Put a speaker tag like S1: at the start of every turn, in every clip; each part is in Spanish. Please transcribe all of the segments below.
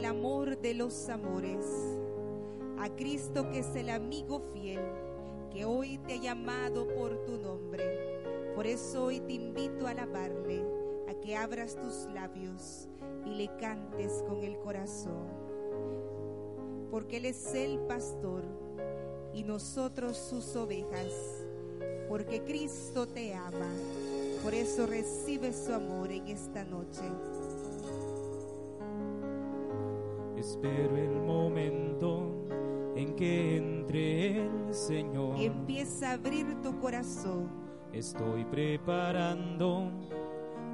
S1: El amor de los amores. A Cristo que es el amigo fiel, que hoy te ha llamado por tu nombre. Por eso hoy te invito a alabarle, a que abras tus labios y le cantes con el corazón. Porque Él es el pastor y nosotros sus ovejas. Porque Cristo te ama. Por eso recibe su amor en esta noche.
S2: Espero el momento en que entre el Señor.
S1: Empieza a abrir tu corazón.
S2: Estoy preparando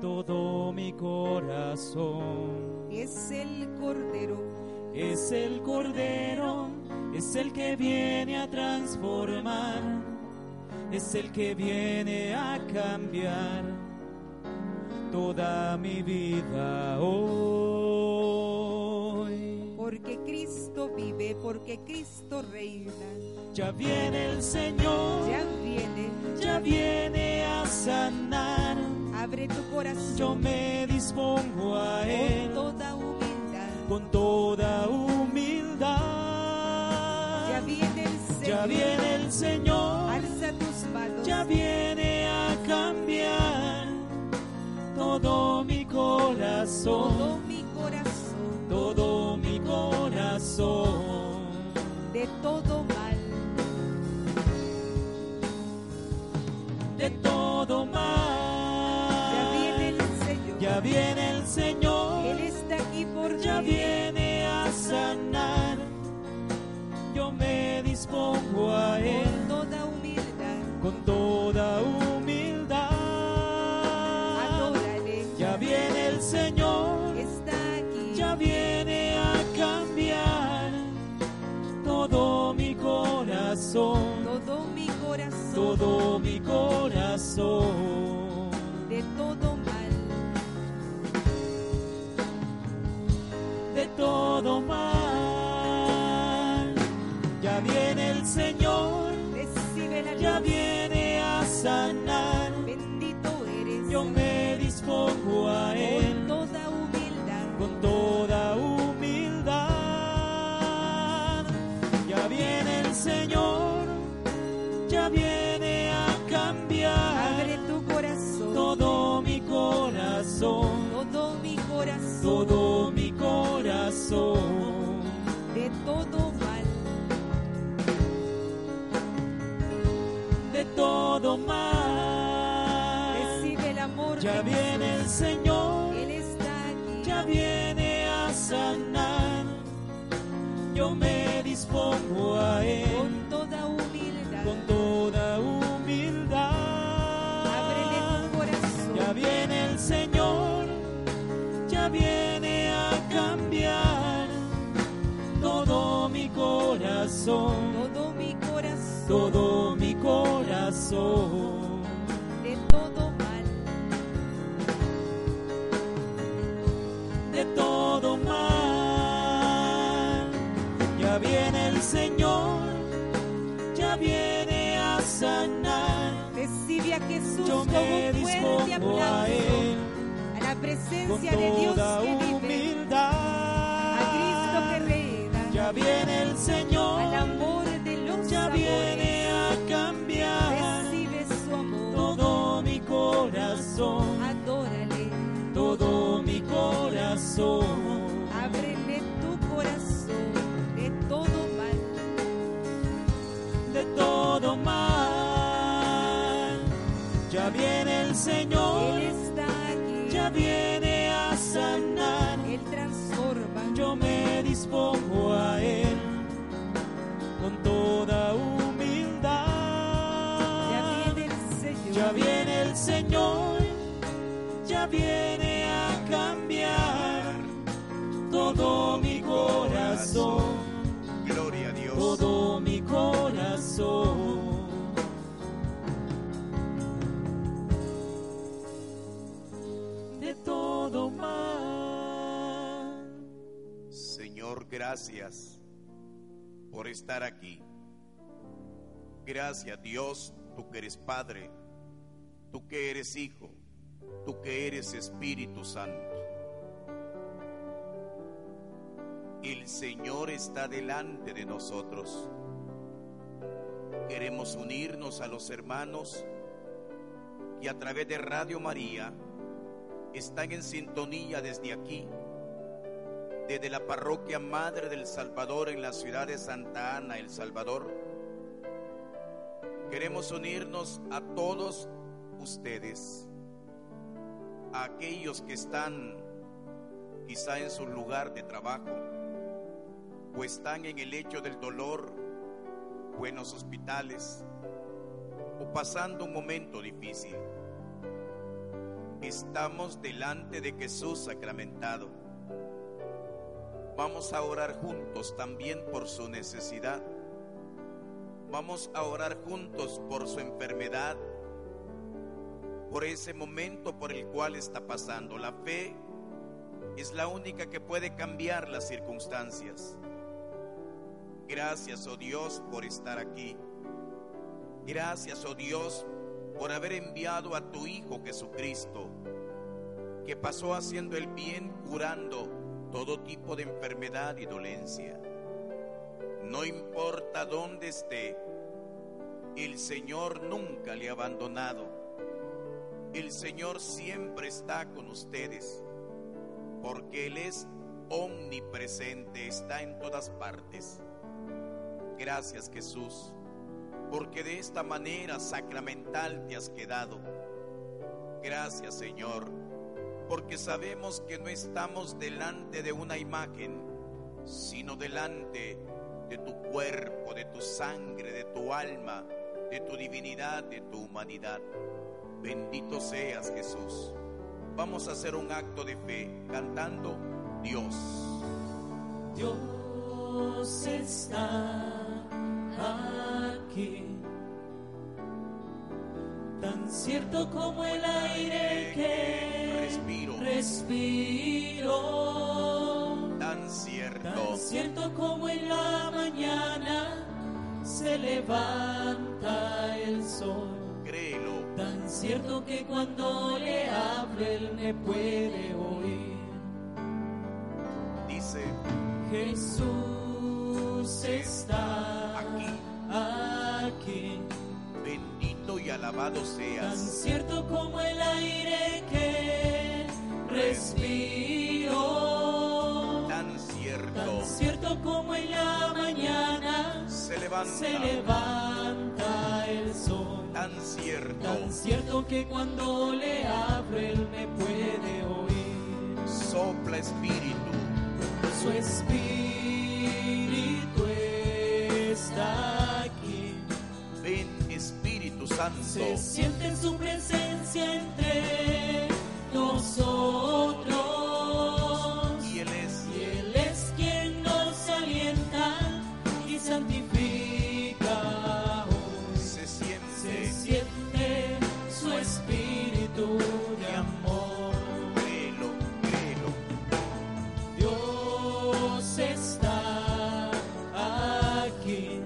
S2: todo mi corazón.
S1: Es el Cordero.
S2: Es el Cordero, es el que viene a transformar, es el que viene a cambiar toda mi vida hoy.
S1: Porque Cristo vive, porque Cristo reina.
S2: Ya viene el Señor,
S1: Ya viene,
S2: ya viene a sanar.
S1: abre tu corazón
S2: Yo me dispongo a
S1: con
S2: Él
S1: toda humildad.
S2: con toda humildad.
S1: Ya viene el Señor.
S2: Ya viene el Señor,
S1: Alza tus manos.
S2: ya viene a cambiar todo mi corazón,
S1: Todo mi corazón,
S2: todo mi corazón.
S1: de todo mal,
S2: De todo
S1: ya viene
S2: mal,
S1: el Señor.
S2: ya viene el
S1: Él
S2: Señor,
S1: está aquí por
S2: ya
S1: ti.
S2: viene a sanar. Yo me dispongo a
S1: Con
S2: Él
S1: toda humildad,
S2: con toda humildad.
S1: adórale.
S2: Ya viene el Señor.
S1: Está aquí.
S2: ya viene a cambiar todo mi corazón,
S1: Todo mi corazón,
S2: todo mi corazón.
S1: de todo mal,
S2: De todo mal, ya viene el Señor,
S1: recibe la
S2: ya
S1: luz.
S2: viene a sanar.
S1: Bendito eres.
S2: Yo me dispongo a
S1: con
S2: Él
S1: toda humildad,
S2: con toda humildad. Ya viene el Señor, ya viene a
S1: abre
S2: cambiar
S1: tu corazón.
S2: todo mi corazón,
S1: todo mi corazón,
S2: todo mi corazón.
S1: de todo mal,
S2: De todo mal,
S1: recibe el amor.
S2: ya
S1: de
S2: viene el Señor.
S1: Él está aquí.
S2: ya viene a sanar. Yo me dispongo a Él
S1: con toda humildad.
S2: con toda
S1: Ábrele
S2: humildad.
S1: tu corazón.
S2: Ya viene el Señor, ya viene a cambiar todo mi corazón,
S1: todo mi corazón.
S2: todo mi corazón.
S1: de todo mal.
S2: de todo mal. Ya viene el Señor, ya viene a sanar.
S1: Recibe a Jesús
S2: Yo
S1: con
S2: me
S1: un fuerte
S2: dispongo a Él
S1: aplauso. A la
S2: con
S1: presencia de Dios
S2: toda
S1: que vive. A Cristo que
S2: humildad.
S1: reina.
S2: Ya viene el
S1: Al
S2: Señor,
S1: amor de los
S2: ya
S1: amores.
S2: viene a cambiar
S1: Recibe su amor.
S2: todo mi corazón,
S1: Adórale.
S2: todo mi corazón.
S1: Ábrele tu corazón de todo mal.
S2: de todo mal. Ya viene el
S1: Él
S2: Señor,
S1: está aquí.
S2: ya viene a sanar.
S1: Él transforma.
S2: Yo me dispongo a Él con toda
S1: Ya
S2: humildad.
S1: viene el Señor.
S2: Ya viene el Señor, ya viene a cambiar todo todo mi corazón,
S3: Gloria a Dios.
S2: todo mi corazón. De todo mal.
S3: Señor, gracias por estar aquí. Gracias Dios, tú que eres Padre, tú que eres Hijo, tú que eres Espíritu Santo. El Señor está delante de nosotros. Queremos unirnos a los hermanos que a través de Radio María están en sintonía desde aquí desde la parroquia Madre del Salvador en la ciudad de Santa Ana, El Salvador. Queremos unirnos a todos ustedes, a aquellos que están quizá en su lugar de trabajo, o están en el hecho del dolor, o en los hospitales, o pasando un momento difícil. Estamos delante de Jesús sacramentado. Vamos a orar juntos también por su necesidad. Vamos a orar juntos por su enfermedad, por ese momento por el cual está pasando. La fe es la única que puede cambiar las circunstancias. Gracias, oh Dios, por estar aquí. Gracias, oh Dios, por haber enviado a tu Hijo Jesucristo que pasó haciendo el bien, curando todo tipo de enfermedad y dolencia. No importa dónde esté, el Señor nunca le ha abandonado. El Señor siempre está con ustedes, porque Él es omnipresente, está en todas partes. Gracias Jesús, porque de esta manera sacramental te has quedado. Gracias Señor porque sabemos que no estamos delante de una imagen, sino delante de tu cuerpo, de tu sangre, de tu alma, de tu divinidad, de tu humanidad. Bendito seas Jesús. Vamos a hacer un acto de fe cantando Dios.
S2: Dios está aquí. Tan cierto como el aire que
S3: Respiro
S2: respiro.
S3: tan cierto
S2: Tan cierto como en la mañana se levanta el sol.
S3: créelo,
S2: Tan cierto que cuando le hablo él me puede oír.
S3: dice
S2: Jesús está
S3: Aquí.
S2: aquí.
S3: bendito y alabado
S2: Tan
S3: seas.
S2: cierto como el aire que respiro.
S3: Tan cierto
S2: Tan cierto como en la mañana
S3: se levanta.
S2: se levanta el sol.
S3: Tan cierto
S2: Tan cierto que cuando le abro él me puede oír.
S3: sopla espíritu.
S2: Su espíritu está aquí.
S3: Ven Espíritu Santo.
S2: Se siente en su presencia entre nosotros.
S3: Y Él es
S2: Y Él es quien nos alienta y santifica. hoy. Se
S3: se siente
S2: siente su espíritu de amor.
S3: créelo, créelo.
S2: Dios está aquí,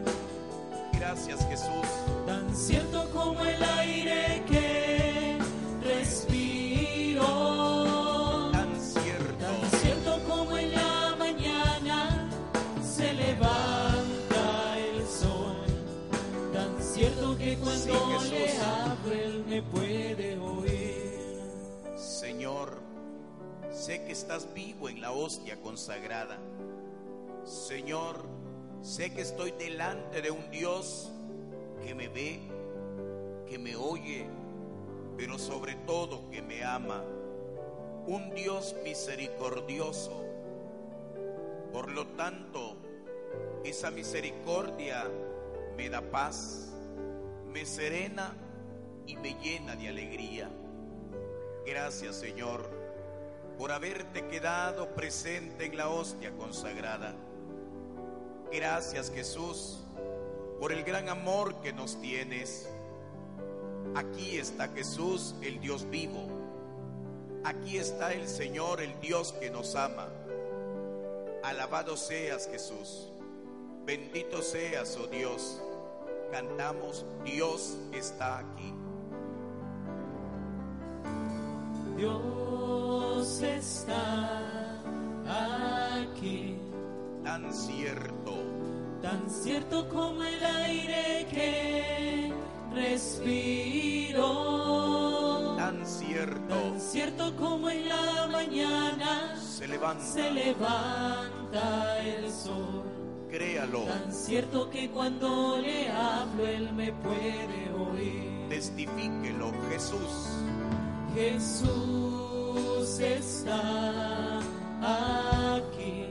S3: Gracias Jesús.
S2: tan cierto como el aire que respiro,
S3: Tan cierto
S2: tan cierto como en la mañana se levanta el sol, tan cierto que cuando
S3: Sí, Jesús.
S2: le abro él me puede oír.
S3: Señor, sé que estás vivo en la hostia consagrada. Señor, sé que estoy delante de un Dios que me ve, que me oye, pero sobre todo que me ama. Un Dios misericordioso. Por lo tanto, esa misericordia me da paz, me serena y me llena de alegría. Gracias Señor, por haberte quedado presente en la hostia consagrada. Gracias Jesús por el gran amor que nos tienes. Aquí está Jesús, el Dios vivo. Aquí está el Señor, el Dios que nos ama. Alabado seas Jesús. Bendito seas, oh Dios. Cantamos, Dios está aquí.
S2: Dios está aquí,
S3: Tan cierto,
S2: tan cierto como el aire que respiro,
S3: tan cierto.
S2: tan cierto como en la mañana
S3: Se levanta.
S2: se levanta el sol,
S3: Créalo.
S2: tan cierto que cuando le hablo él me puede oír.
S3: Testifíquelo, Jesús.
S2: Jesús está aquí,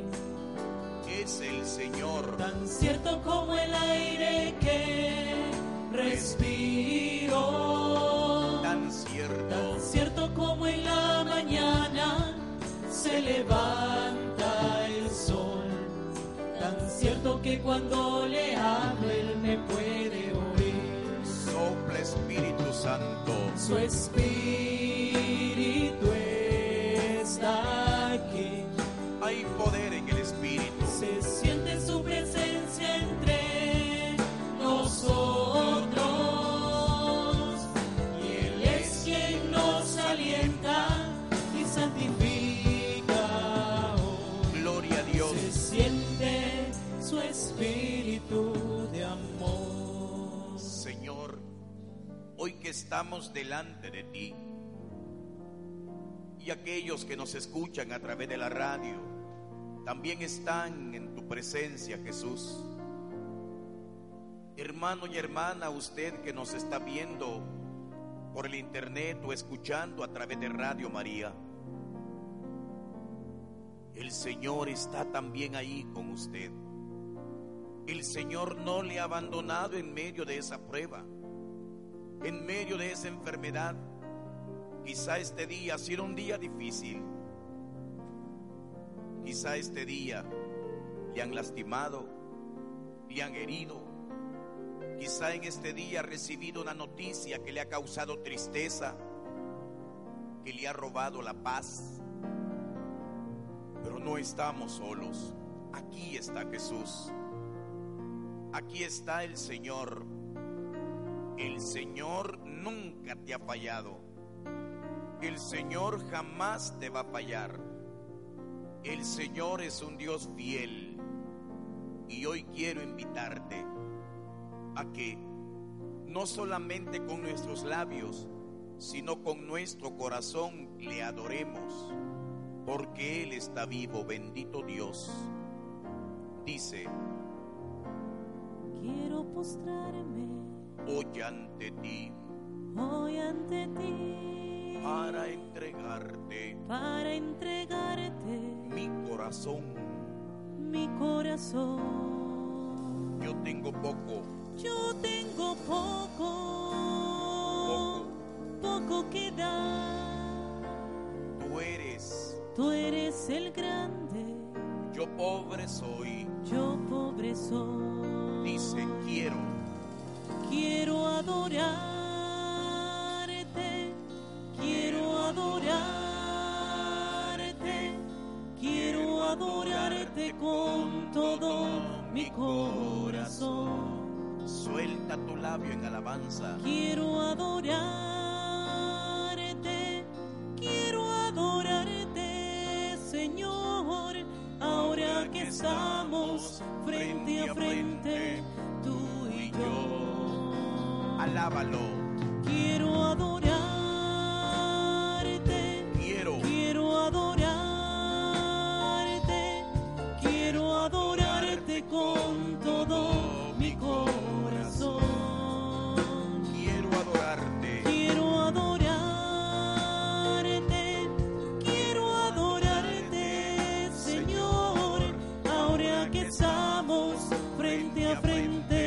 S3: Es el Señor.
S2: tan cierto como el aire que respiro,
S3: Tan cierto.
S2: tan cierto como en la mañana se levanta el sol, tan cierto que cuando le hablo él me puede oír.
S3: Sopla Espíritu Santo.
S2: Su espíritu está aquí.
S3: Hay poder en el Espíritu.
S2: Se siente su presencia entre nosotros. Y Él es quien nos alienta y santifica. hoy.
S3: Gloria a Dios.
S2: Se siente su espíritu de amor.
S3: Señor, hoy que estamos delante de ti y aquellos que nos escuchan a través de la radio, también están en tu presencia, Jesús. Hermano y hermana, usted que nos está viendo por el internet o escuchando a través de Radio María, el Señor está también ahí con usted. El Señor no le ha abandonado en medio de esa prueba, en medio de esa enfermedad. Quizá este día ha sido un día difícil. Quizá este día le han lastimado, le han herido. Quizá en este día ha recibido una noticia que le ha causado tristeza, que le ha robado la paz. Pero no estamos solos. Aquí está Jesús. Aquí está el Señor. El Señor nunca te ha fallado. El Señor jamás te va a fallar. El Señor es un Dios fiel. Y hoy quiero invitarte a que no solamente con nuestros labios, sino con nuestro corazón le adoremos, porque Él está vivo, bendito Dios. Dice,
S2: Quiero postrarme.
S3: hoy ante ti
S2: Hoy ante ti
S3: para entregarte
S2: para entregarte
S3: mi corazón.
S2: mi corazón.
S3: Yo tengo poco,
S2: Yo tengo poco, poco que dar.
S3: tú eres,
S2: Tú eres el grande,
S3: yo pobre soy.
S2: yo pobre soy.
S3: Dice, quiero,
S2: Quiero adorarte, quiero adorarte, quiero adorarte con todo mi corazón.
S3: suelta tu labio en alabanza.
S2: Quiero adorarte, quiero adorarte, Señor, ahora que estamos frente a frente, tú y yo.
S3: Alábalo,
S2: Quiero adorarte,
S3: quiero,
S2: quiero adorarte, quiero adorarte con todo mi corazón.
S3: quiero adorarte.
S2: Quiero adorarte, quiero adorarte, Señor, ahora que estamos frente a frente,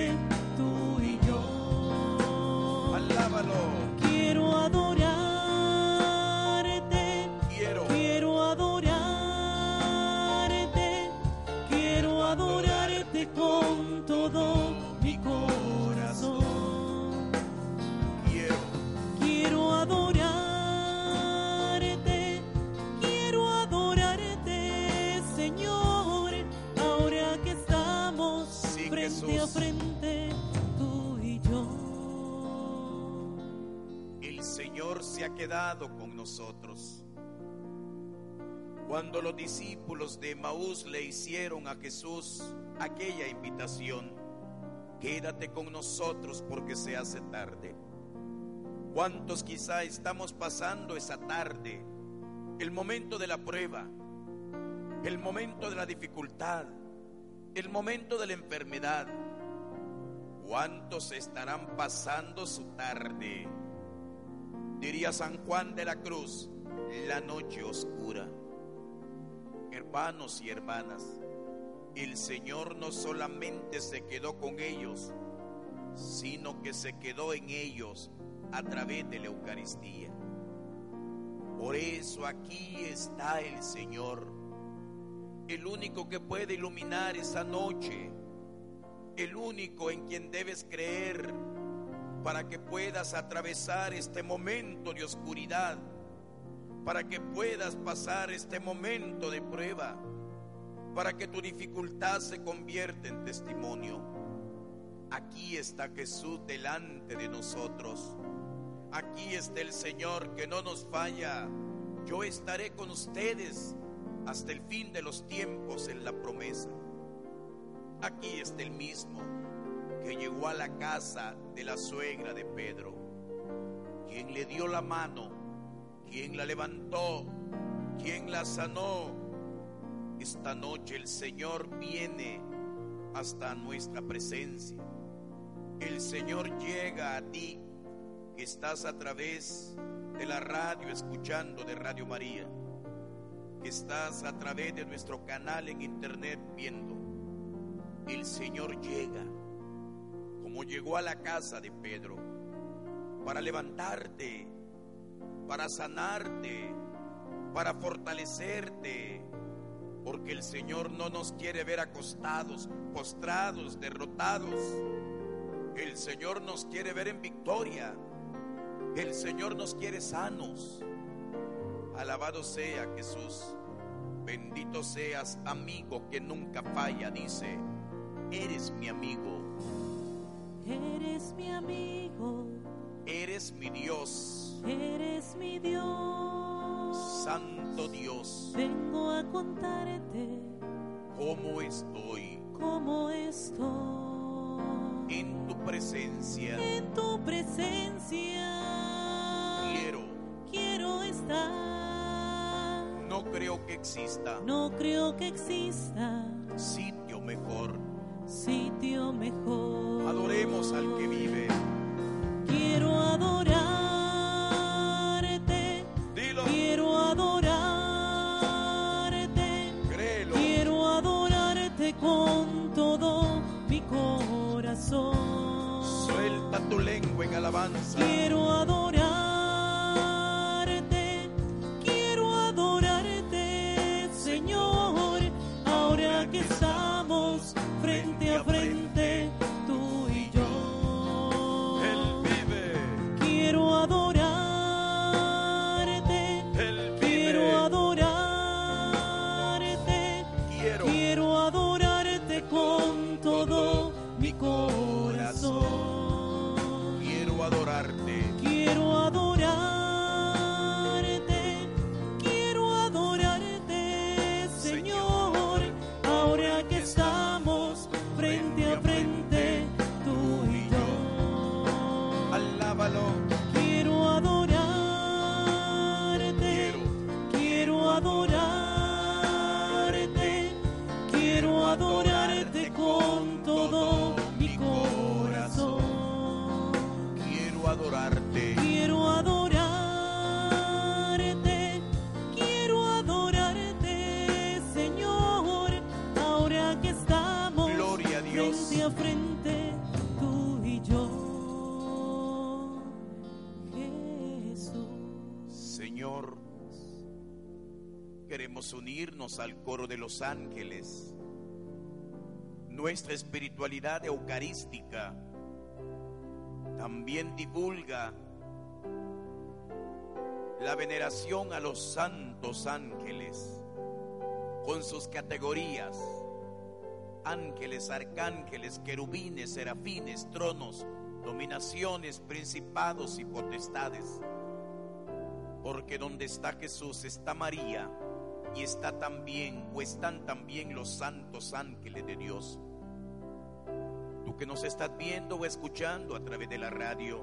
S2: tú y yo.
S3: Alábalo,
S2: Quiero amarte con todo mi corazón.
S3: Quiero
S2: Quiero adorarte, quiero adorarte, Señor, ahora que estamos
S3: Sí,
S2: frente a
S3: Jesús.
S2: frente, tú y yo.
S3: El Señor se ha quedado con nosotros. Cuando los discípulos de Maús le hicieron a Jesús aquella invitación, quédate con nosotros porque se hace tarde. ¿Cuántos quizá estamos pasando esa tarde? El momento de la prueba, el momento de la dificultad, el momento de la enfermedad. ¿Cuántos estarán pasando su tarde? diría San Juan de la Cruz, la noche oscura. Hermanos y hermanas, el Señor no solamente se quedó con ellos, sino que se quedó en ellos a través de la Eucaristía. Por eso aquí está el Señor, el único que puede iluminar esa noche, el único en quien debes creer para que puedas atravesar este momento de oscuridad, para que puedas pasar este momento de prueba, para que tu dificultad se convierta en testimonio. Aquí está Jesús delante de nosotros. Aquí está el Señor que no nos falla. Yo estaré con ustedes hasta el fin de los tiempos en la promesa. Aquí está el mismo que llegó a la casa de la suegra de Pedro, quien le dio la mano, quien la levantó, quien la sanó. Esta noche el Señor viene hasta nuestra presencia. El Señor llega a ti que estás a través de la radio escuchando de Radio María, que estás a través de nuestro canal en internet viendo. El Señor llega como llegó a la casa de Pedro, para levantarte, para sanarte, para fortalecerte, porque el Señor no nos quiere ver acostados, postrados, derrotados. El Señor nos quiere ver en victoria. El Señor nos quiere sanos. Alabado sea Jesús. Bendito seas, amigo que nunca falla, dice. Eres mi amigo.
S2: Eres mi amigo,
S3: Eres mi Dios,
S2: eres mi Dios.
S3: Santo Dios,
S2: Vengo a contarte
S3: cómo estoy
S2: cómo estoy
S3: en tu presencia.
S2: en tu presencia.
S3: Quiero,
S2: quiero estar.
S3: no creo que exista
S2: No creo que exista
S3: sitio mejor.
S2: sitio mejor.
S3: Adoremos al que vive.
S2: Quiero adorarte,
S3: Dilo,
S2: quiero adorarte,
S3: créelo.
S2: quiero adorarte con todo mi corazón.
S3: Suelta tu lengua en alabanza.
S2: Quiero adorarte, quiero adorarte, Señor, ahora que estamos frente a frente, tú y
S3: Él
S2: yo.
S3: vive,
S2: Quiero adorarte,
S3: Él vive.
S2: quiero adorarte,
S3: Quiero,
S2: quiero adorarte con todo mi corazón.
S3: quiero adorarte.
S2: Quiero adorarte, quiero adorarte, Señor, ahora que estamos frente a frente, tú y yo.
S3: Alábalo,
S2: Quiero adorarte,
S3: quiero,
S2: quiero adorarte, quiero adorarte con todo mi corazón.
S3: quiero adorarte.
S2: Quiero adorarte, quiero adorarte, Señor, ahora que estamos
S3: Gloria a Dios.
S2: frente a frente, tú y yo, Jesús.
S3: Señor, queremos unirnos al coro de los ángeles. nuestra espiritualidad eucarística. También divulga la veneración a los santos ángeles con sus categorías. Ángeles, arcángeles, querubines, serafines, tronos, dominaciones, principados y potestades. Porque donde está Jesús está María y está también o están también los santos ángeles de Dios. Tú que nos estás viendo o escuchando a través de la radio,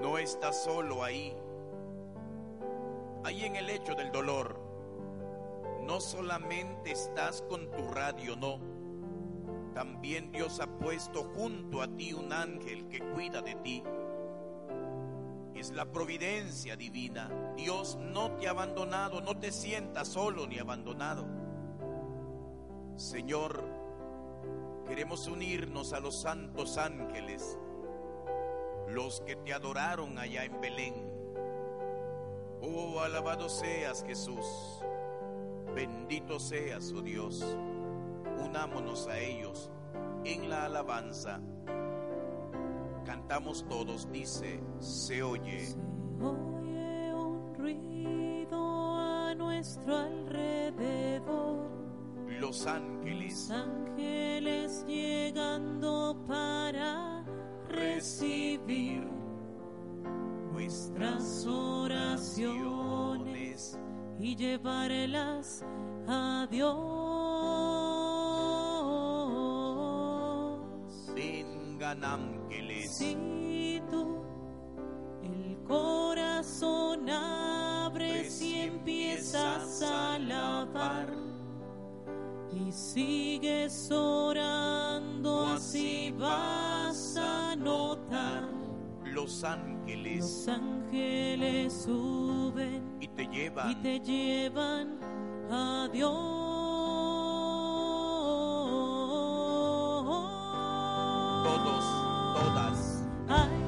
S3: no estás solo ahí, ahí en el hecho del dolor. No solamente estás con tu radio, no. También Dios ha puesto junto a ti un ángel que cuida de ti. Es la providencia divina. Dios no te ha abandonado, no te sientas solo ni abandonado. Señor, queremos unirnos a los santos ángeles, los que te adoraron allá en Belén. Oh, alabado seas Jesús, bendito seas, oh Dios. Unámonos a ellos en la alabanza. Cantamos todos, dice, se oye.
S2: Oye un ruido a nuestro alrededor,
S3: Los ángeles
S2: los ángeles llegando para recibir
S3: nuestras
S2: nuestras oraciones
S3: oraciones.
S2: y llevarlas a Dios.
S3: Vengan ángeles,
S2: Si tú el corazón abres y Pues empiezas a alabar y sigues orando, así vas a notar.
S3: los ángeles
S2: Los ángeles suben
S3: y te
S2: y
S3: llevan
S2: te llevan a Dios.
S3: todos, todas.
S2: Hay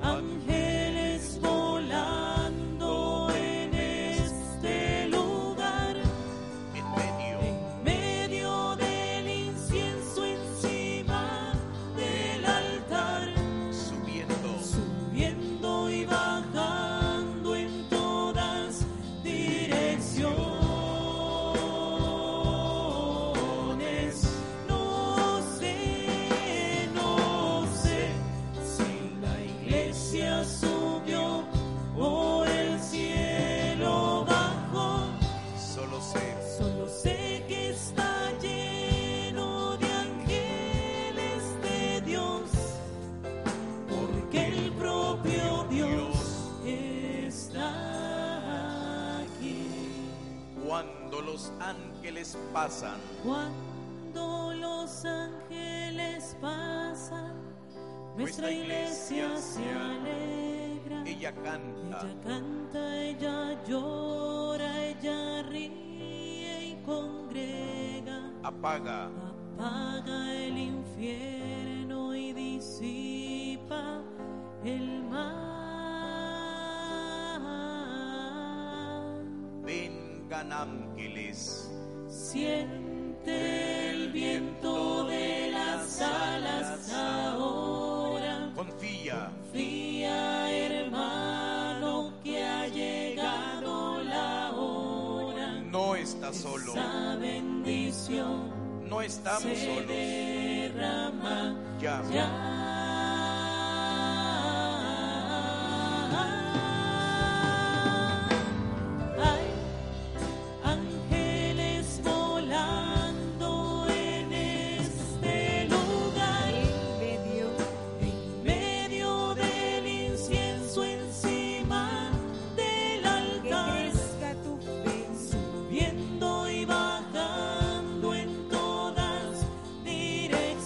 S2: ángeles volando en este lugar,
S3: En medio
S2: en medio del incienso encima del altar,
S3: subiendo
S2: subiendo y bajando en todas direcciones. No sé, no sé si la iglesia subió o el cielo bajó.
S3: solo sé
S2: Solo sé que está lleno de ángeles de Dios, porque el propio Dios está aquí.
S3: cuando los ángeles pasan,
S2: Cuando los ángeles pasan, nuestra
S3: Nuestra iglesia
S2: iglesia se
S3: se
S2: alegra.
S3: ella canta,
S2: Ella canta, ella llora, ella ríe y congrega.
S3: apaga
S2: Apaga el infierno y disipa el mal.
S3: Vengan ángeles,
S2: Siente el viento de las alas ahora.
S3: confía,
S2: Confía, hermano, que ha llegado la hora.
S3: no estás solo,
S2: Esa bendición
S3: no estamos
S2: se
S3: solos.
S2: derrama
S3: Ya,
S2: ya. Hay ángeles volando en este lugar.
S1: En medio,
S2: En medio del incienso encima del
S1: que
S2: altar,
S1: crezca tu fe,
S2: subiendo y bajando en todas direcciones.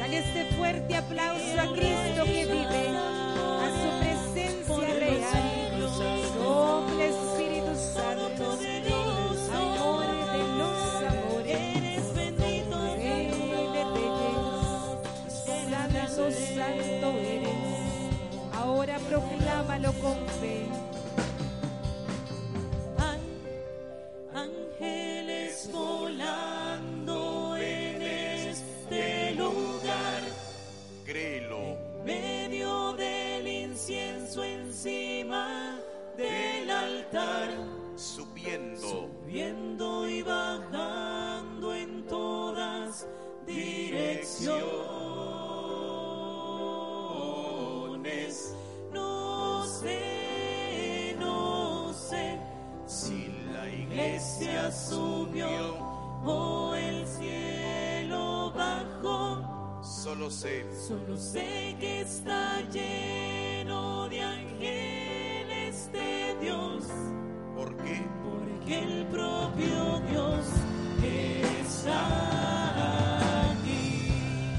S1: Dale este fuerte aplauso a Cristo que vive, a su presencia real. Sopla Espíritu Santo, amor de los amores, Rey de reyes, santo, santo eres. Ahora proclámalo con fe.
S2: Ángeles volando en este lugar,
S3: créelo,
S2: medio del incienso encima del altar,
S3: subiendo,
S2: viendo y bajando en todas direcciones. No sé, no sé
S3: si la
S2: iglesia subió o el cielo bajó.
S3: solo se
S2: Solo sé que está lleno de ángeles de Dios,
S3: ¿Por qué?
S2: porque el propio Dios está aquí.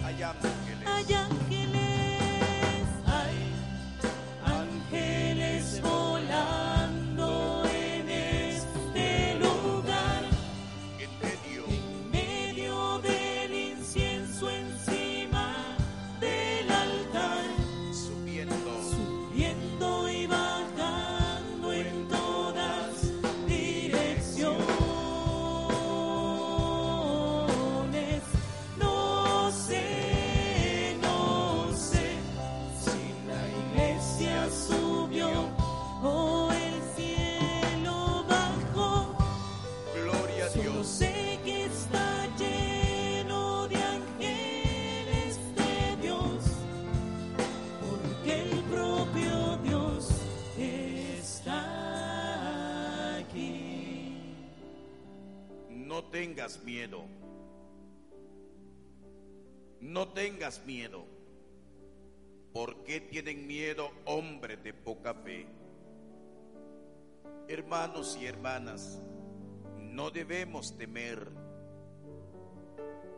S3: Hay ángeles.
S2: Hay ángeles, hay ángeles volando en este lugar.
S3: en medio
S2: En medio del incienso encima del altar,
S3: subiendo
S2: subiendo y bajando en todas direcciones. No sé, no sé si la iglesia subió o el cielo bajó.
S3: gloria a
S2: Solo
S3: Dios
S2: sé que está lleno de ángeles de Dios, porque el propio Dios está aquí.
S3: no tengas miedo no tengas miedo ¿por qué tienen miedo hombres de poca fe? hermanos y hermanas no debemos temer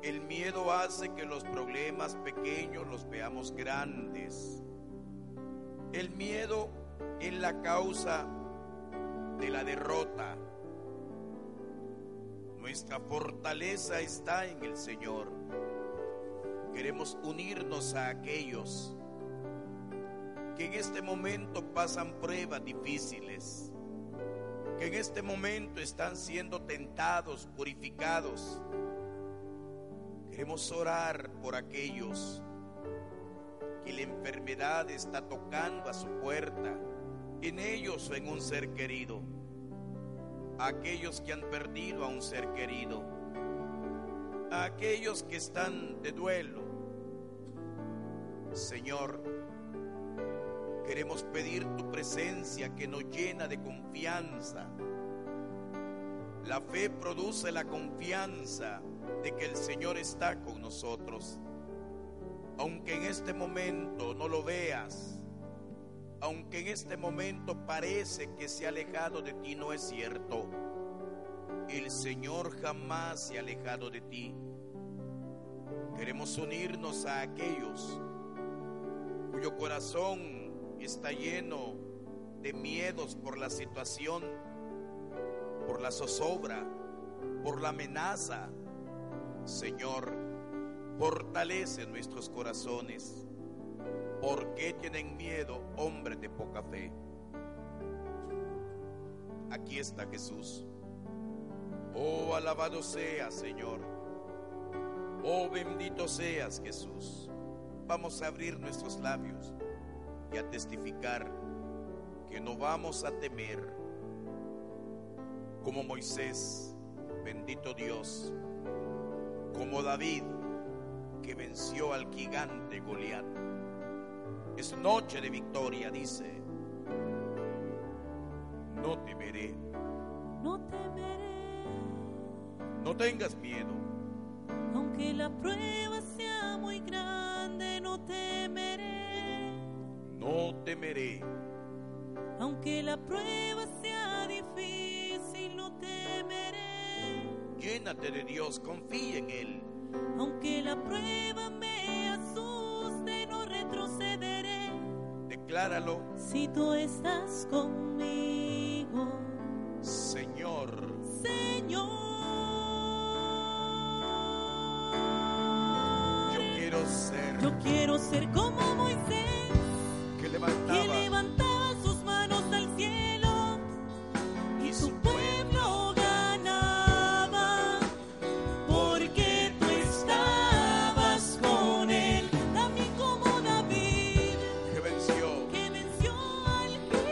S3: el miedo hace que los problemas pequeños los veamos grandes. El miedo es la causa de la derrota. Nuestra fortaleza está en el Señor. Queremos unirnos a aquellos que en este momento pasan pruebas difíciles, que en este momento están siendo tentados, purificados. Queremos orar por aquellos que la enfermedad está tocando a su puerta, en ellos o en un ser querido a aquellos que han perdido a un ser querido, a aquellos que están de duelo. Señor, queremos pedir tu presencia que nos llena de confianza. La fe produce la confianza de que el Señor está con nosotros. Aunque en este momento no lo veas, aunque en este momento parece que se ha alejado de ti, no es cierto. El Señor jamás se ha alejado de ti. Queremos unirnos a aquellos cuyo corazón está lleno de miedos por la situación, por la zozobra, por la amenaza. Señor, fortalece nuestros corazones. ¿Por qué tienen miedo hombres de poca fe? Aquí está Jesús. Oh, alabado seas, Señor. Oh, bendito seas, Jesús. Vamos a abrir nuestros labios y a testificar que no vamos a temer. Como Moisés, bendito Dios, como David, que venció al gigante Goliat. Es noche de victoria, dice. No temeré,
S2: No temeré,
S3: no tengas miedo,
S2: aunque la prueba sea muy grande, no temeré,
S3: no temeré,
S2: aunque la prueba sea difícil, no temeré.
S3: llénate de Dios, confía en Él,
S2: Aunque la prueba me
S3: Decláralo,
S2: Si tú estás conmigo,
S3: Señor.
S2: Señor,
S3: Yo quiero ser
S2: yo quiero ser como Moisés.
S3: que
S2: que
S3: levantaba
S2: levantaba sus manos al cielo y su pueblo ganaba porque tú estabas con él también como David
S3: que venció,
S2: que venció al gigante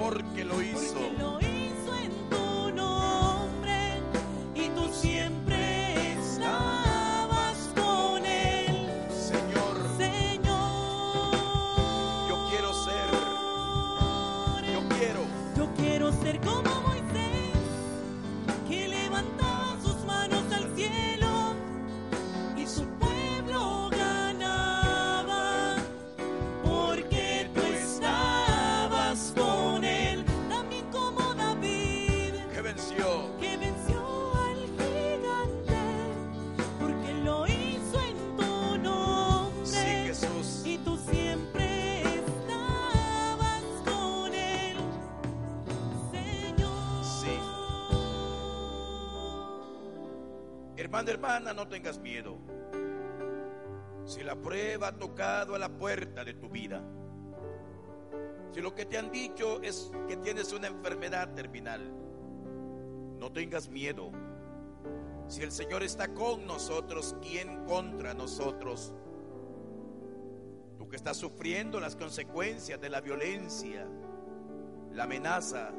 S3: porque lo hizo.
S2: porque lo hizo en tu nombre y tú siempre estabas con él
S3: Señor,
S2: Señor
S3: yo quiero ser, yo quiero
S2: Yo quiero ser como Moisés, que levantaba sus manos al cielo y su pueblo ganaba, porque tú estabas con él, también como David,
S3: que venció,
S2: que venció al gigante, porque lo hizo en tu nombre.
S3: sí Jesús,
S2: Y tú siempre estabas con él, Señor.
S3: sí. Hermano, hermana, no tengas miedo. Si la prueba ha tocado a la puerta de tu vida, si lo que te han dicho es que tienes una enfermedad terminal, no tengas miedo. Si el Señor está con nosotros, ¿quién contra nosotros? Tú que estás sufriendo las consecuencias de la violencia, la amenaza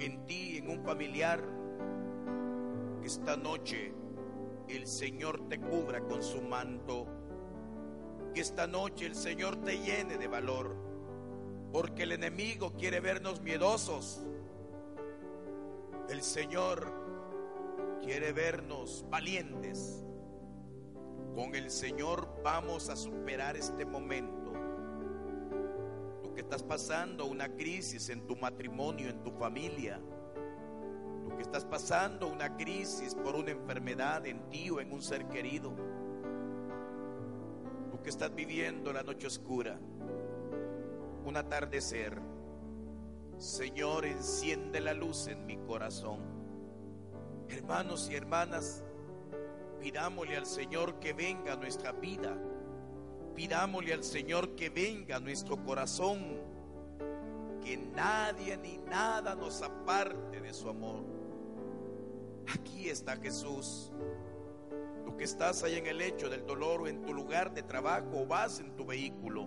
S3: en ti, en un familiar, que esta noche el Señor te cubra con su manto. Que esta noche el Señor te llene de valor. Porque el enemigo quiere vernos miedosos. El Señor quiere vernos valientes. Con el Señor vamos a superar este momento. Tú que estás pasando una crisis en tu matrimonio, en tu familia. Tú que estás pasando una crisis por una enfermedad en ti o en un ser querido. Tú que estás viviendo la noche oscura, un atardecer. Señor, enciende la luz en mi corazón. Hermanos y hermanas, pidámosle al Señor que venga a nuestra vida. Pidámosle al Señor que venga a nuestro corazón que nadie ni nada nos aparte de su amor. Aquí está Jesús. Tú que estás ahí en el lecho del dolor o en tu lugar de trabajo o vas en tu vehículo,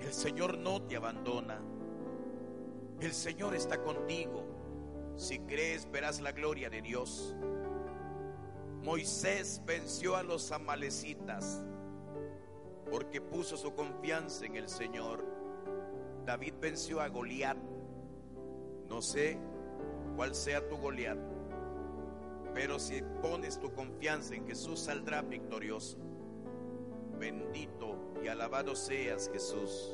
S3: el Señor no te abandona. El Señor está contigo. Si crees, verás la gloria de Dios. Moisés venció a los amalecitas porque puso su confianza en el Señor. David venció a Goliat. No sé cuál sea tu Goliat, pero si pones tu confianza en Jesús saldrás victorioso. Bendito y alabado seas Jesús.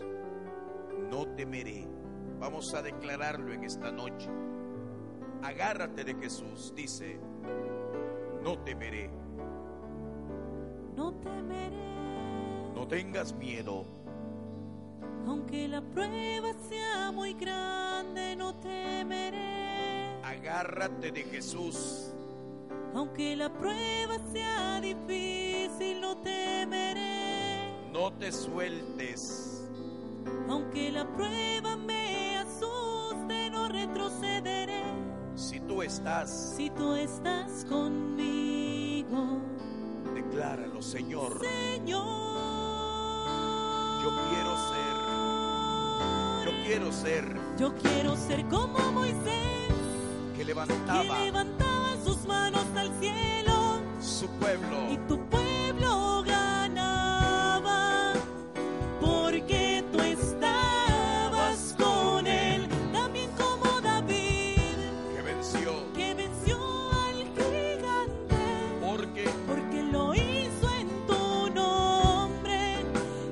S3: No temeré. Vamos a declararlo en esta noche. Agárrate de Jesús, dice. No temeré.
S2: No temeré,
S3: No tengas miedo.
S2: aunque la prueba sea muy grande, no temeré.
S3: Agárrate de Jesús.
S2: Aunque la prueba sea difícil, no temeré.
S3: No te sueltes.
S2: Aunque la prueba me asuste, no retrocederé.
S3: Si tú estás
S2: Si tú estás conmigo,
S3: Decláralo, Señor.
S2: Señor.
S3: Yo quiero ser. Yo quiero ser
S2: Yo quiero ser como Moisés,
S3: que
S2: que
S3: levantaba
S2: levantaba sus manos al cielo
S3: su pueblo.
S2: y tu pueblo ganaba, porque tú estabas con él, también como David,
S3: Que venció.
S2: que venció al gigante,
S3: Porque
S2: porque lo hizo en tu nombre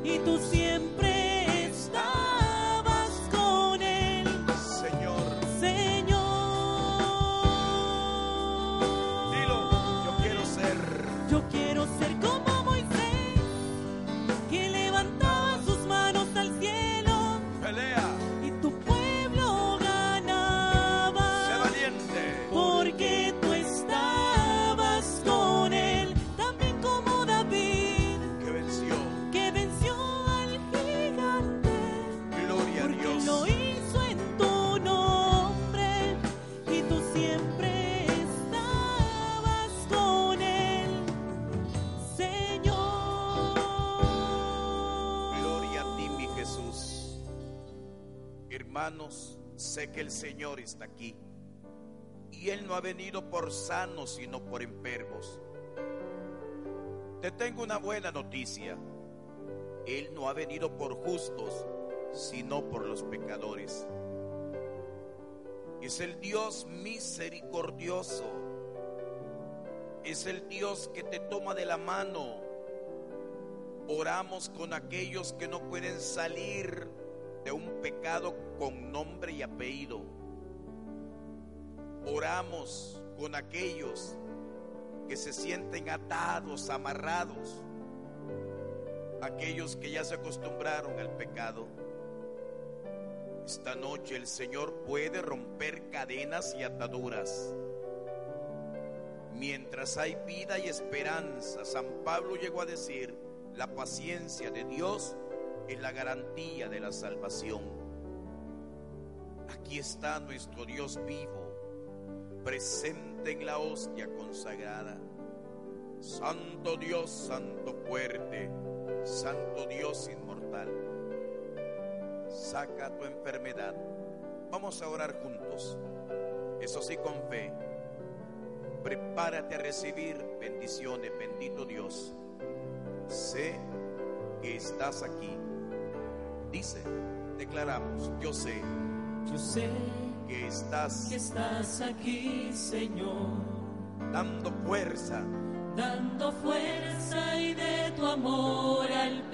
S2: y tú siempre estabas con él.
S3: Señor.
S2: Señor,
S3: Dilo. Yo quiero ser.
S2: yo quiero ser como Moisés, que levantaba sus
S3: hermanos, sé que el Señor está aquí. Y Él no ha venido por sanos, sino por enfermos. Te tengo una buena noticia. Él no ha venido por justos, sino por los pecadores. Es el Dios misericordioso. Es el Dios que te toma de la mano. Oramos con aquellos que no pueden salir de un pecado con nombre y apellido. Oramos con aquellos que se sienten atados, amarrados, aquellos que ya se acostumbraron al pecado. Esta noche el Señor puede romper cadenas y ataduras. Mientras hay vida y esperanza, San Pablo llegó a decir, la paciencia de Dios es la garantía de la salvación. Aquí está nuestro Dios vivo, presente en la hostia consagrada. Santo Dios, Santo fuerte, Santo Dios inmortal, saca tu enfermedad. Vamos a orar juntos, eso sí con fe. Prepárate a recibir bendiciones, bendito Dios. Sé que estás aquí. Dice, declaramos, yo sé
S2: Yo sé
S3: que estás
S2: que estás aquí, Señor,
S3: dando fuerza,
S2: dando fuerza y de tu amor al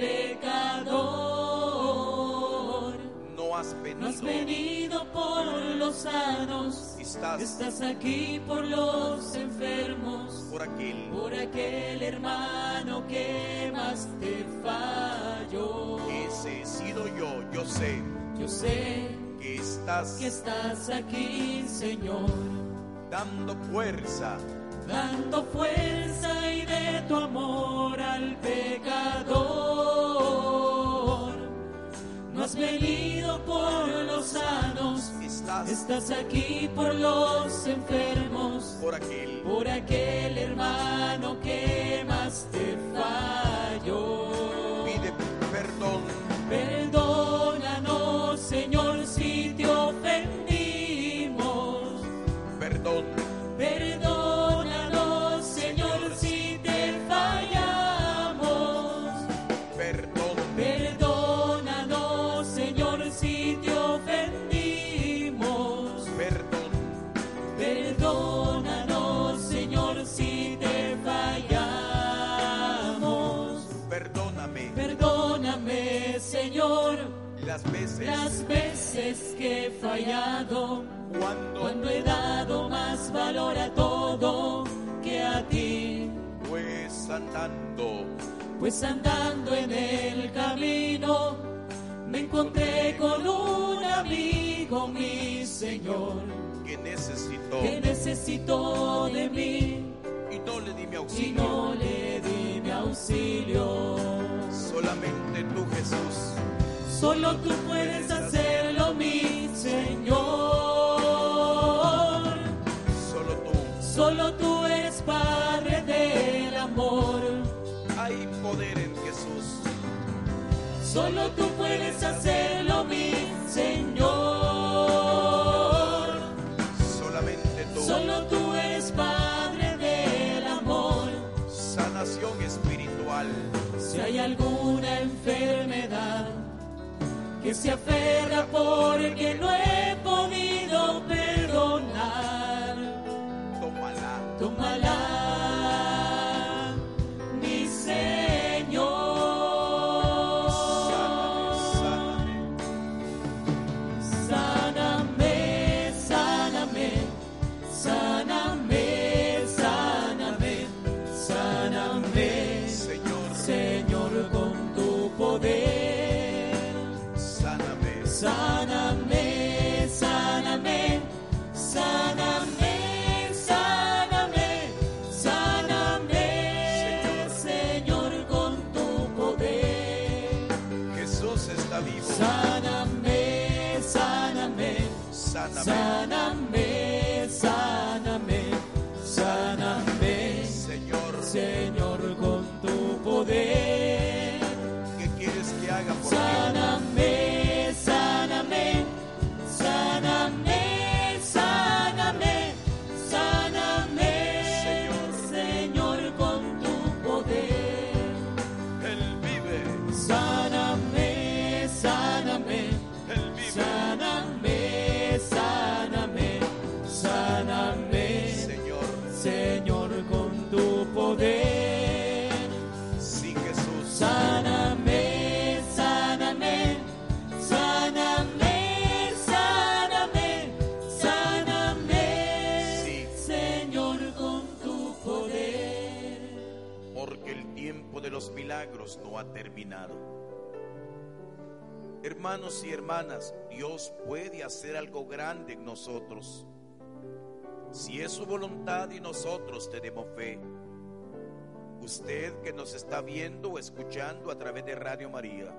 S2: pecador.
S3: no has
S2: No
S3: venido,
S2: has venido por los sanos,
S3: estás
S2: estás aquí por los enfermos.
S3: por aquel
S2: por aquel hermano que más te falló.
S3: Ese he sido yo, yo sé
S2: Yo sé
S3: que estás
S2: que estás aquí, Señor,
S3: dando fuerza,
S2: dando fuerza y de tu amor al pecador. No has venido por los sanos,
S3: estás
S2: estás aquí por los enfermos.
S3: por aquel
S2: por aquel hermano que más te falló.
S3: pide perdón,
S2: Perdónanos, Señor, si te ofendimos.
S3: perdón,
S2: Perdónanos, Señor, si te fallamos.
S3: perdón,
S2: Perdónanos, Señor, si te ofendimos.
S3: perdón,
S2: Perdónanos, Señor, si te fallamos.
S3: perdóname
S2: Perdóname, Señor,
S3: las veces
S2: las veces que he fallado, cuando
S3: cuando
S2: he dado más valor a todo que a ti,
S3: pues andando
S2: pues andando en el camino me encontré con un amigo, mi Señor,
S3: que necesitó
S2: que necesitó de mí.
S3: y no le di mi
S2: Si
S3: auxilio,
S2: no le di mi auxilio.
S3: solamente tú Jesús,
S2: Solo tú puedes hacerlo, mi Señor.
S3: solo tú
S2: Solo tú eres Padre del amor.
S3: hay poder en Jesús,
S2: Solo tú puedes hacerlo, mi Señor.
S3: solamente tú
S2: Solo tú eres Padre del amor.
S3: sanación espiritual,
S2: Si hay alguna enfermedad que se aferra porque no he podido perdonar,
S3: tómala,
S2: tómala, mi
S3: sáname,
S2: Señor.
S3: sáname.
S2: Sáname, sáname, sáname, sáname, sáname,
S3: Señor,
S2: Señor, con tu poder.
S3: sáname,
S2: Sáname, sáname, sáname, sáname, sáname, Señor, con tu poder.
S3: Jesús está vivo,
S2: Sáname, sáname,
S3: sáname,
S2: sáname, sáname, sáname,
S3: Señor,
S2: Señor, con tu poder.
S3: ¿qué quieres que haga por ti?
S2: Sáname, sáname,
S3: los milagros no ha terminado. Hermanos y hermanas, Dios puede hacer algo grande en nosotros. Si es su voluntad y nosotros tenemos fe. Usted que nos está viendo o escuchando a través de Radio María,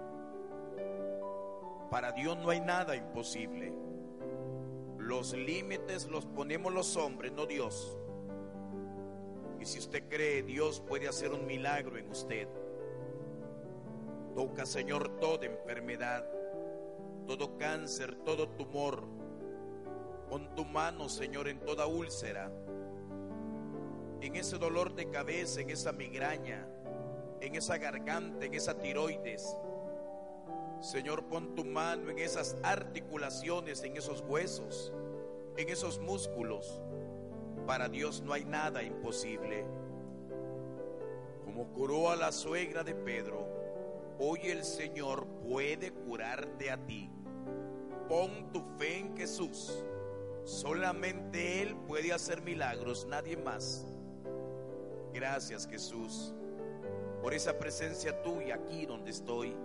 S3: para Dios no hay nada imposible. Los límites los ponemos los hombres, no Dios. Y si usted cree, Dios puede hacer un milagro en usted. Toca, Señor, toda enfermedad, todo cáncer, todo tumor. Pon tu mano, Señor, en toda úlcera, en ese dolor de cabeza, en esa migraña, en esa garganta, en esa tiroides. Señor, pon tu mano en esas articulaciones, en esos huesos, en esos músculos. Para Dios no hay nada imposible. Como curó a la suegra de Pedro, hoy el Señor puede curarte a ti. Pon tu fe en Jesús. Solamente Él puede hacer milagros, nadie más. Gracias Jesús por esa presencia tuya aquí donde estoy.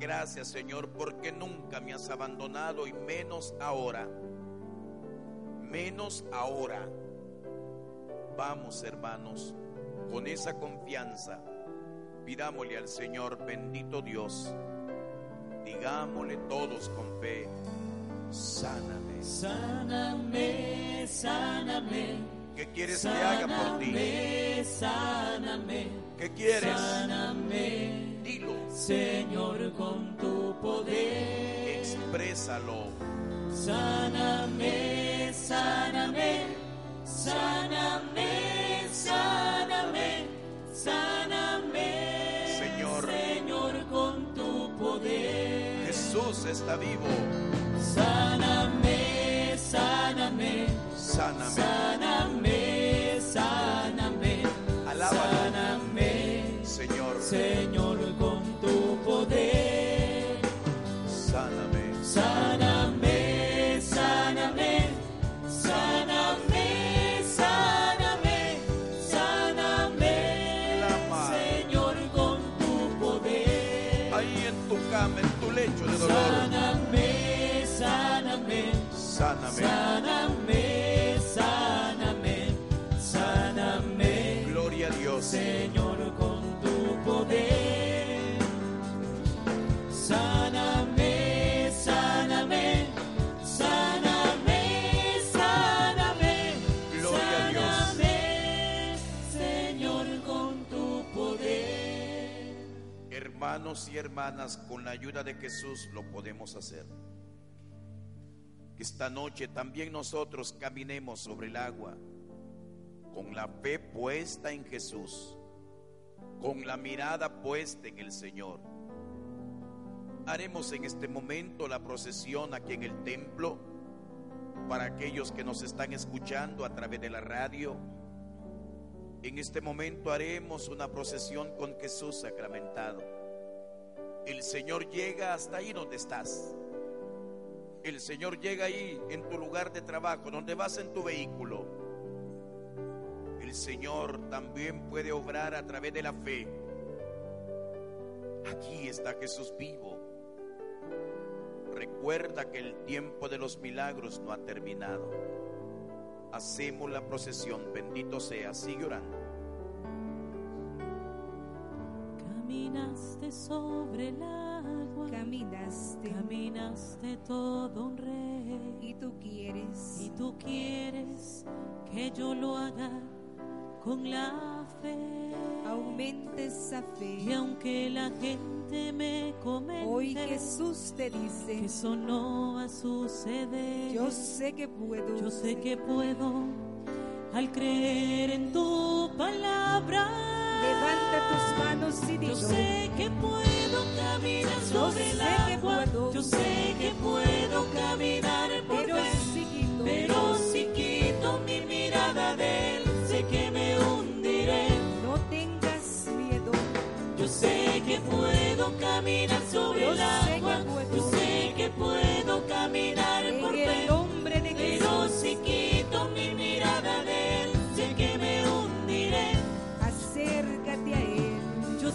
S3: Gracias Señor porque nunca me has abandonado y menos ahora menos ahora. Vamos, hermanos, con esa confianza, pidámosle al Señor, bendito Dios, digámosle todos con fe, sáname.
S2: Sáname, sáname.
S3: ¿Qué quieres que haga por ti?
S2: Sáname, sáname.
S3: ¿Qué quieres?
S2: Sáname,
S3: Dilo,
S2: Señor, con tu poder.
S3: exprésalo.
S2: Sáname, sáname, sáname, sáname, sáname,
S3: Señor,
S2: Señor, con tu poder.
S3: Jesús está vivo.
S2: Sáname, sáname,
S3: Sáname.
S2: sáname, sáname,
S3: Alábalo,
S2: sáname,
S3: Señor.
S2: Señor, con tu poder.
S3: Sáname.
S2: Sáname, sáname, sáname, sáname, sáname,
S3: Clama.
S2: Señor, con tu poder.
S3: Ahí en tu cama, en tu lecho de dolor.
S2: Sáname, sáname,
S3: Sáname.
S2: sáname, sáname, sáname,
S3: Gloria a Dios.
S2: Señor, con tu poder. Sáname, sáname, sáname, sáname.
S3: Gloria a Dios.
S2: Sáname, Señor, con tu poder.
S3: Hermanos y hermanas, con la ayuda de Jesús lo podemos hacer. Que esta noche también nosotros caminemos sobre el agua, con la fe puesta en Jesús, con la mirada puesta en el Señor. Haremos en este momento la procesión aquí en el templo para aquellos que nos están escuchando a través de la radio. En este momento haremos una procesión con Jesús sacramentado. El Señor llega hasta ahí donde estás. El Señor llega ahí en tu lugar de trabajo, donde vas en tu vehículo. El Señor también puede obrar a través de la fe. Aquí está Jesús vivo. Recuerda que el tiempo de los milagros no ha terminado. Hacemos la procesión, bendito sea, sigue orando.
S4: Caminaste sobre el agua,
S1: Caminaste
S4: caminaste todo un rey.
S1: y tú
S4: Y
S1: quieres
S4: tú quieres que yo lo haga con la fe.
S1: aumenta esa
S4: Y
S1: fe.
S4: aunque la gente me comente
S1: Hoy Jesús te
S4: que
S1: dice,
S4: eso no va a suceder,
S1: yo sé que puedo.
S4: yo sé que puedo al creer en tu palabra.
S1: Levanta tus manos y
S4: Yo
S1: dilo.
S4: sé que puedo caminar sobre el
S1: sé que
S4: agua.
S1: puedo.
S4: Yo sé que puedo caminar por
S1: Pero
S4: fe.
S1: si quito,
S4: Pero si quito mi mirada de él, sé que me hundiré.
S1: no tengas miedo.
S4: Yo sé que puedo caminar sobre
S1: Yo
S4: el
S1: sé
S4: agua.
S1: que puedo.
S4: Yo sé que puedo caminar por
S1: En
S4: fe.
S1: el nombre de
S4: Pero
S1: Jesús,
S4: si quito mi mirada de él, sé que me hundiré.
S1: acércate a Él.
S4: Yo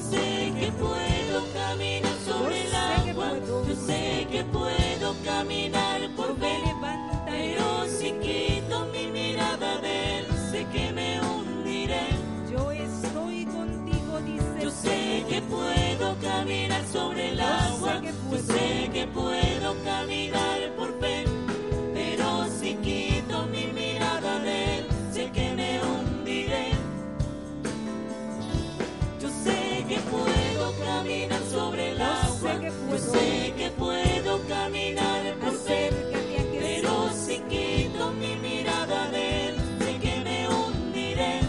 S2: caminar sobre el
S1: Yo sé
S2: agua.
S1: que
S2: Yo
S1: puedo.
S2: sé que puedo caminar por fe.
S1: Acércate a
S2: Pero
S1: Jesús.
S2: si quito mi mirada de él, sé que me hundiré.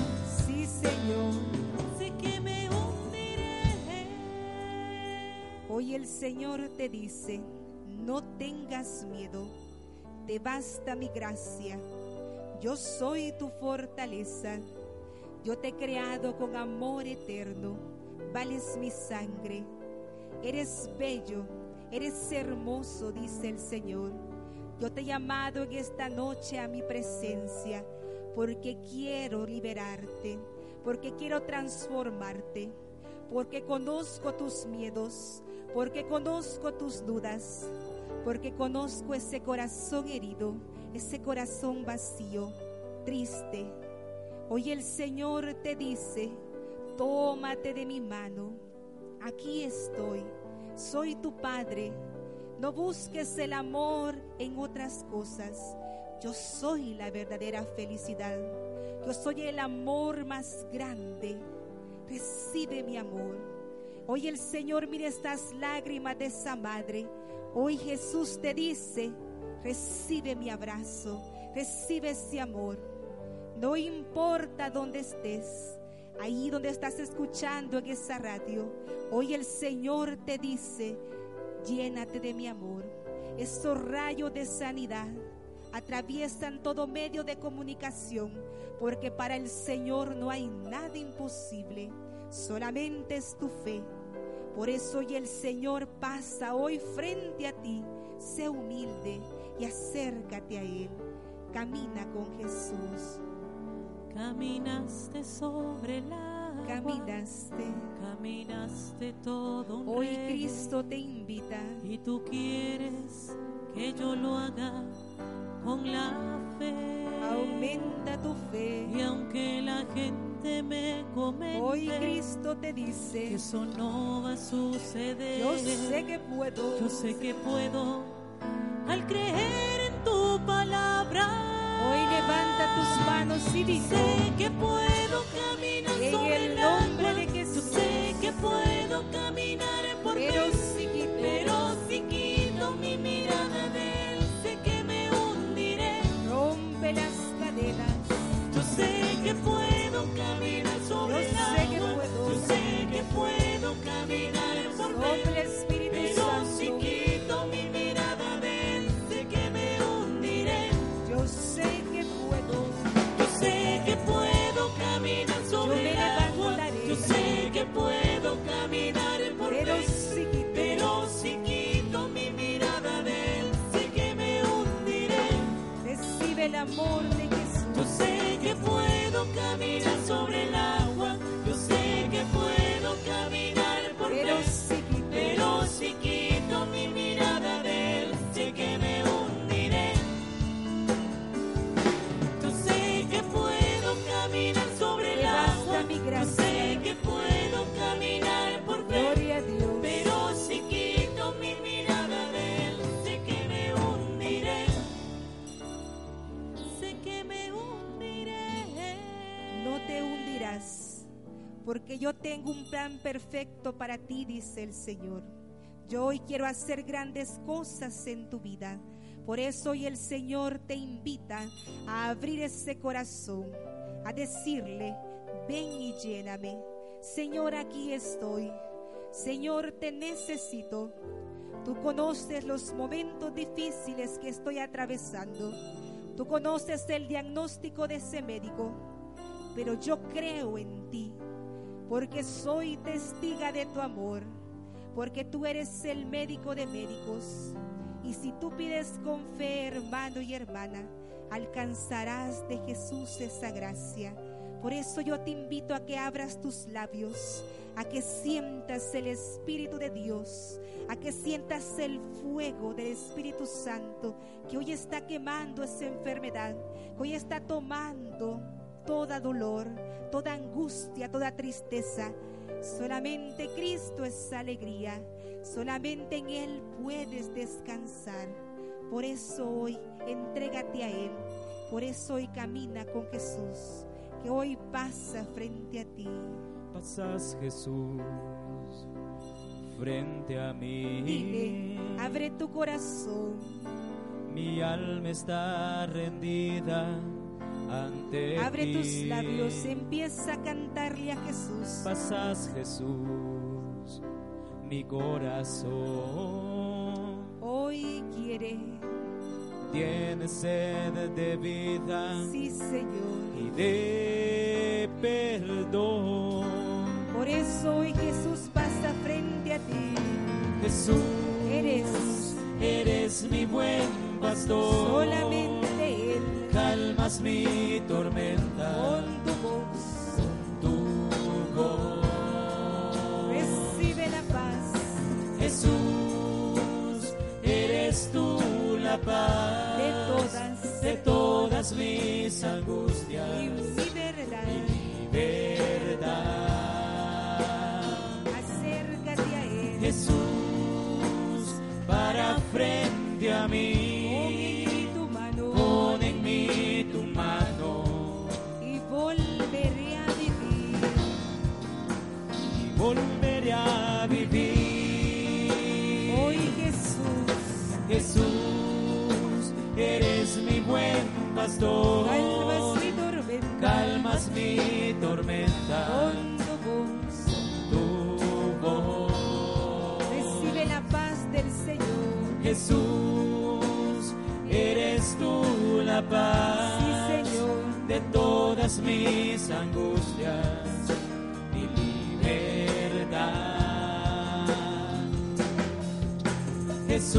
S1: Sí, Señor.
S2: Sé que me hundiré.
S1: Hoy el Señor te dice, no tengas miedo, te basta mi gracia, yo soy tu fortaleza, yo te he creado con amor eterno, vales mi sangre, eres bello, eres hermoso, dice el Señor. Yo te he llamado en esta noche a mi presencia porque quiero liberarte, porque quiero transformarte, porque conozco tus miedos, porque conozco tus dudas, porque conozco ese corazón herido, ese corazón vacío, triste. Hoy el Señor te dice, tómate de mi mano, aquí estoy, soy tu Padre, no busques el amor en otras cosas, yo soy la verdadera felicidad, yo soy el amor más grande, recibe mi amor. Hoy el Señor mira estas lágrimas de esa madre. Hoy Jesús te dice, recibe mi abrazo, recibe ese amor. No importa dónde estés, ahí donde estás escuchando en esa radio, hoy el Señor te dice, llénate de mi amor. Estos rayos de sanidad atraviesan todo medio de comunicación, porque para el Señor no hay nada imposible, solamente es tu fe. Por eso hoy el Señor pasa hoy frente a ti, sé humilde y acércate a Él. Camina con Jesús,
S2: Caminaste sobre el agua.
S1: caminaste.
S2: Caminaste todo un
S1: Hoy
S2: rey.
S1: Cristo te invita,
S2: Y tú quieres que yo lo haga con la fe.
S1: aumenta tu
S2: Y
S1: fe.
S2: aunque la gente me comente
S1: Hoy Cristo te dice,
S2: que eso no va a suceder,
S1: yo sé que puedo.
S2: yo sé que puedo al creer en tu palabra.
S1: Hoy levanta tus manos y dice,
S2: Sé que puedo caminar
S1: En
S2: sobre
S1: el
S2: el
S1: nombre
S2: agua.
S1: de Jesús.
S2: Yo sé que puedo caminar por
S1: pero
S2: fe.
S1: si
S2: Pero si quito mi mirada de él, sé que me hundiré.
S1: rompe las cadenas.
S2: Yo sé que puedo caminar sobre
S1: Yo
S2: el
S1: sé que
S2: agua.
S1: puedo.
S2: Yo sé que puedo caminar por fe.
S1: Sobre el Espíritu
S2: Pero si
S1: Santo,
S2: quito mi mirada de él, sé que me hundiré.
S1: yo sé que puedo.
S2: Yo sé que puedo caminar sobre
S1: me
S2: el agua.
S1: levantaré.
S2: Yo sé que puedo caminar por
S1: Pero
S2: fe.
S1: si quito,
S2: Pero si quito mi mirada de él, sé que me hundiré.
S1: recibe el amor de Jesús.
S2: Yo sé que puedo caminar sobre el agua. Yo sé que puedo caminar por
S1: Pero
S2: fe.
S1: si quito,
S2: Pero si quito mi mirada de él, sé que me hundiré. Yo sé que puedo caminar sobre
S1: Te
S2: el
S1: basta
S2: agua.
S1: mi
S2: Yo
S1: gracia.
S2: sé que puedo caminar por fe.
S1: gloria a Dios.
S2: Pero si quito mi mirada de él, sé que me hundiré. Sé que me hundiré.
S1: No te hundirás, porque yo tengo un plan perfecto para ti, dice el Señor. Yo hoy quiero hacer grandes cosas en tu vida. Por eso hoy el Señor te invita a abrir ese corazón, a decirle, ven y lléname. Señor, aquí estoy. Señor, te necesito. Tú conoces los momentos difíciles que estoy atravesando. Tú conoces el diagnóstico de ese médico pero yo creo en ti, porque soy testiga de tu amor, porque tú eres el médico de médicos. Y si tú pides con fe, hermano y hermana, alcanzarás de Jesús esa gracia. Por eso yo te invito a que abras tus labios, a que sientas el Espíritu de Dios, a que sientas el fuego del Espíritu Santo que hoy está quemando esa enfermedad, que hoy está tomando toda dolor, toda angustia, toda tristeza. Solamente Cristo es alegría, solamente en Él puedes descansar. Por eso hoy entrégate a Él, por eso hoy camina con Jesús, que hoy pasa frente a ti.
S5: Pasas Jesús frente a mí.
S1: Dile, abre tu corazón,
S5: Mi alma está rendida ante
S1: abre
S5: ti.
S1: tus labios, empieza a cantarle a Jesús.
S5: Pasas Jesús, mi corazón.
S1: Hoy quiere,
S5: Tiene sed de vida
S1: sí Señor.
S5: y de perdón.
S1: Por eso hoy Jesús pasa frente a ti.
S5: Jesús,
S1: Eres
S5: eres mi buen pastor.
S1: solamente Él.
S5: calmas mi tormenta
S1: Con tu voz
S5: con tu voz.
S1: recibe la paz
S5: Jesús, eres tú la paz
S1: de todas,
S5: de todas mis angustias
S1: y mi verdad.
S5: y verdad.
S1: Acércate a Él.
S5: Jesús, para frente a
S1: Pon en
S5: mí,
S1: mí tu mano
S5: pon en mí tu mano
S1: y volveré a vivir.
S5: y volveré a vivir.
S1: Hoy Jesús,
S5: Jesús, eres mi buen pastor.
S1: calmas mi tormenta.
S5: Calmas mi tormenta.
S1: Con tu voz
S5: Tu voz.
S1: recibe la paz del Señor.
S5: Jesús, eres tú la paz
S1: Sí, Señor.
S5: de todas mis angustias. mi libertad.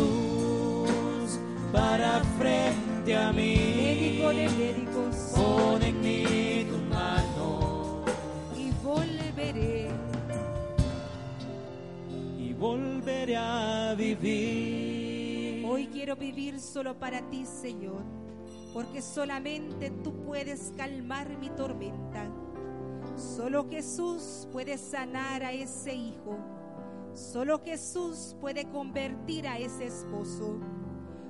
S5: Jesús, para frente a mí,
S1: Médico de médicos
S5: pon en mí tu mano
S1: y volveré.
S5: y volveré a vivir.
S1: Hoy quiero vivir solo para ti, Señor, porque solamente tú puedes calmar mi tormenta. Solo Jesús puede sanar a ese hijo. Solo Jesús puede convertir a ese esposo.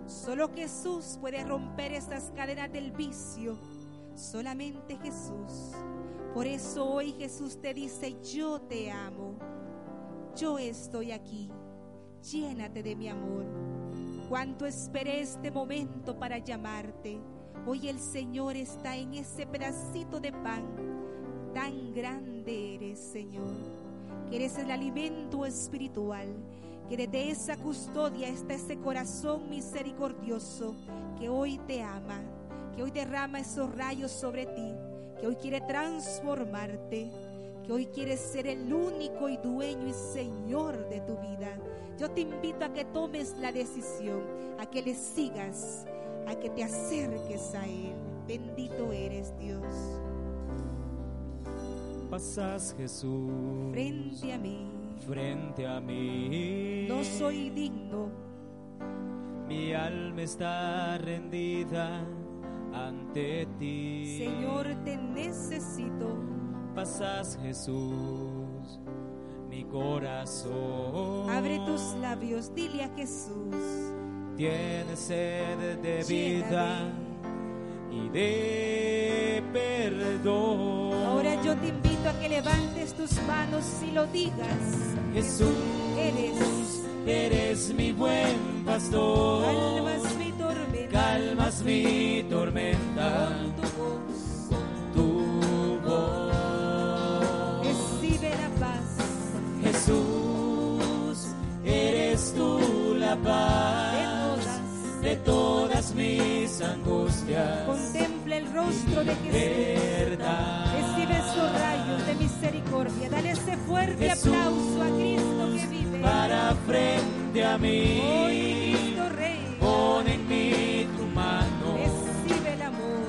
S1: Solo Jesús puede romper estas cadenas del vicio. Solamente Jesús. Por eso hoy Jesús te dice, yo te amo. Yo estoy aquí. Llénate de mi amor. Cuánto esperé este momento para llamarte. Hoy el Señor está en ese pedacito de pan. Tan grande eres, Señor, que eres el alimento espiritual, que desde esa custodia está ese corazón misericordioso que hoy te ama, que hoy derrama esos rayos sobre ti, que hoy quiere transformarte, que hoy quiere ser el único y dueño y Señor de tu vida. Yo te invito a que tomes la decisión, a que le sigas, a que te acerques a Él. Bendito eres Dios.
S5: Pasas Jesús
S1: Frente a mí,
S5: frente a mí.
S1: no soy digno,
S5: Mi alma está rendida ante ti.
S1: Señor, te necesito.
S5: pasas Jesús, mi corazón.
S1: Abre tus labios, dile a Jesús.
S5: Tienes sed de
S1: Lléname.
S5: vida y de perdón.
S1: Ahora yo te invito a que levantes tus manos y lo digas.
S5: Jesús,
S1: eres
S5: eres mi buen pastor.
S1: Calmas mi tormenta.
S5: Calmas mi tormenta.
S1: Con tu voz
S5: tu voz.
S1: recibe la paz.
S5: Jesús, eres tú la paz de todas mis angustias.
S1: Contempla el rostro de Jesús.
S5: Verdad.
S1: Recibe esos rayos de misericordia. Dale ese fuerte
S5: Jesús,
S1: aplauso a Cristo que vive.
S5: Para frente a
S1: Hoy,
S5: mí,
S1: Cristo Rey,
S5: pon en mí tu mano
S1: recibe el amor.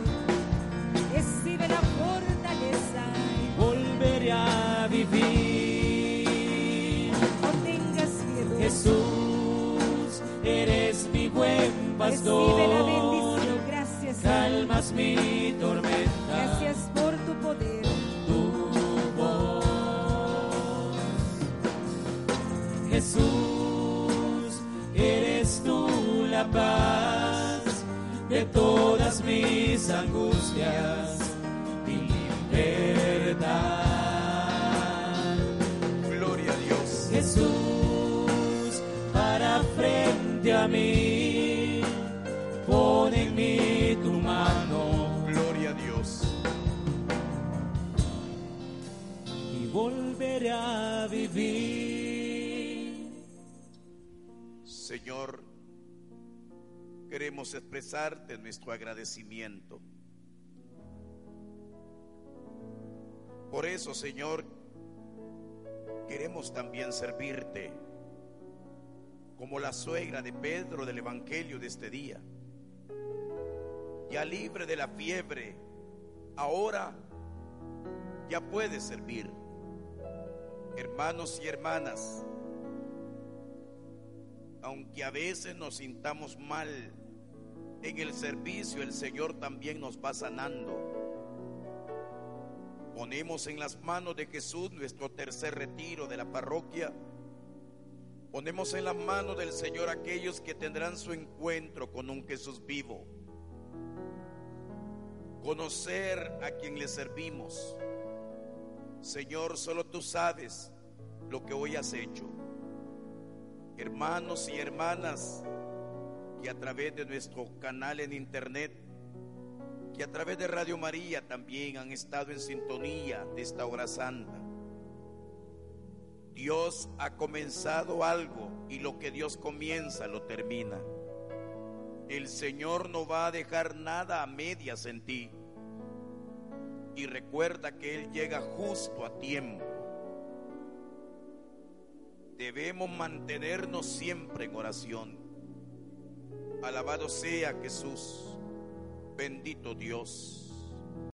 S1: Recibe la fortaleza.
S5: y volveré a vivir.
S1: No tengas miedo.
S5: Jesús, eres mi buen
S1: Recibe la
S5: pastor.
S1: bendición. Gracias. Señor.
S5: Calmas mi tormenta.
S1: Gracias por tu poder.
S5: tu voz. Jesús, eres tú la paz de todas mis angustias y libertad.
S3: Gloria a Dios.
S5: Jesús,
S2: frente a mí, pon en mí tu mano
S3: Gloria a Dios.
S2: y volveré a vivir.
S3: Señor, queremos expresarte nuestro agradecimiento. Por eso, Señor, queremos también servirte como la suegra de Pedro del Evangelio de este día. Ya libre de la fiebre, ahora ya puedes servir. Hermanos y hermanas, aunque a veces nos sintamos mal, en el servicio el Señor también nos va sanando. Ponemos en las manos de Jesús nuestro tercer retiro de la parroquia. Ponemos en las manos del Señor aquellos que tendrán su encuentro con un Jesús vivo. Conocer a quien le servimos. Señor, solo tú sabes lo que hoy has hecho hermanos y hermanas que a través de nuestro canal en internet, que a través de Radio María también han estado en sintonía de esta hora santa. Dios ha comenzado algo y lo que Dios comienza lo termina. El Señor no va a dejar nada a medias en ti. Y recuerda que Él llega justo a tiempo. Debemos mantenernos siempre en oración. Alabado sea Jesús, bendito Dios.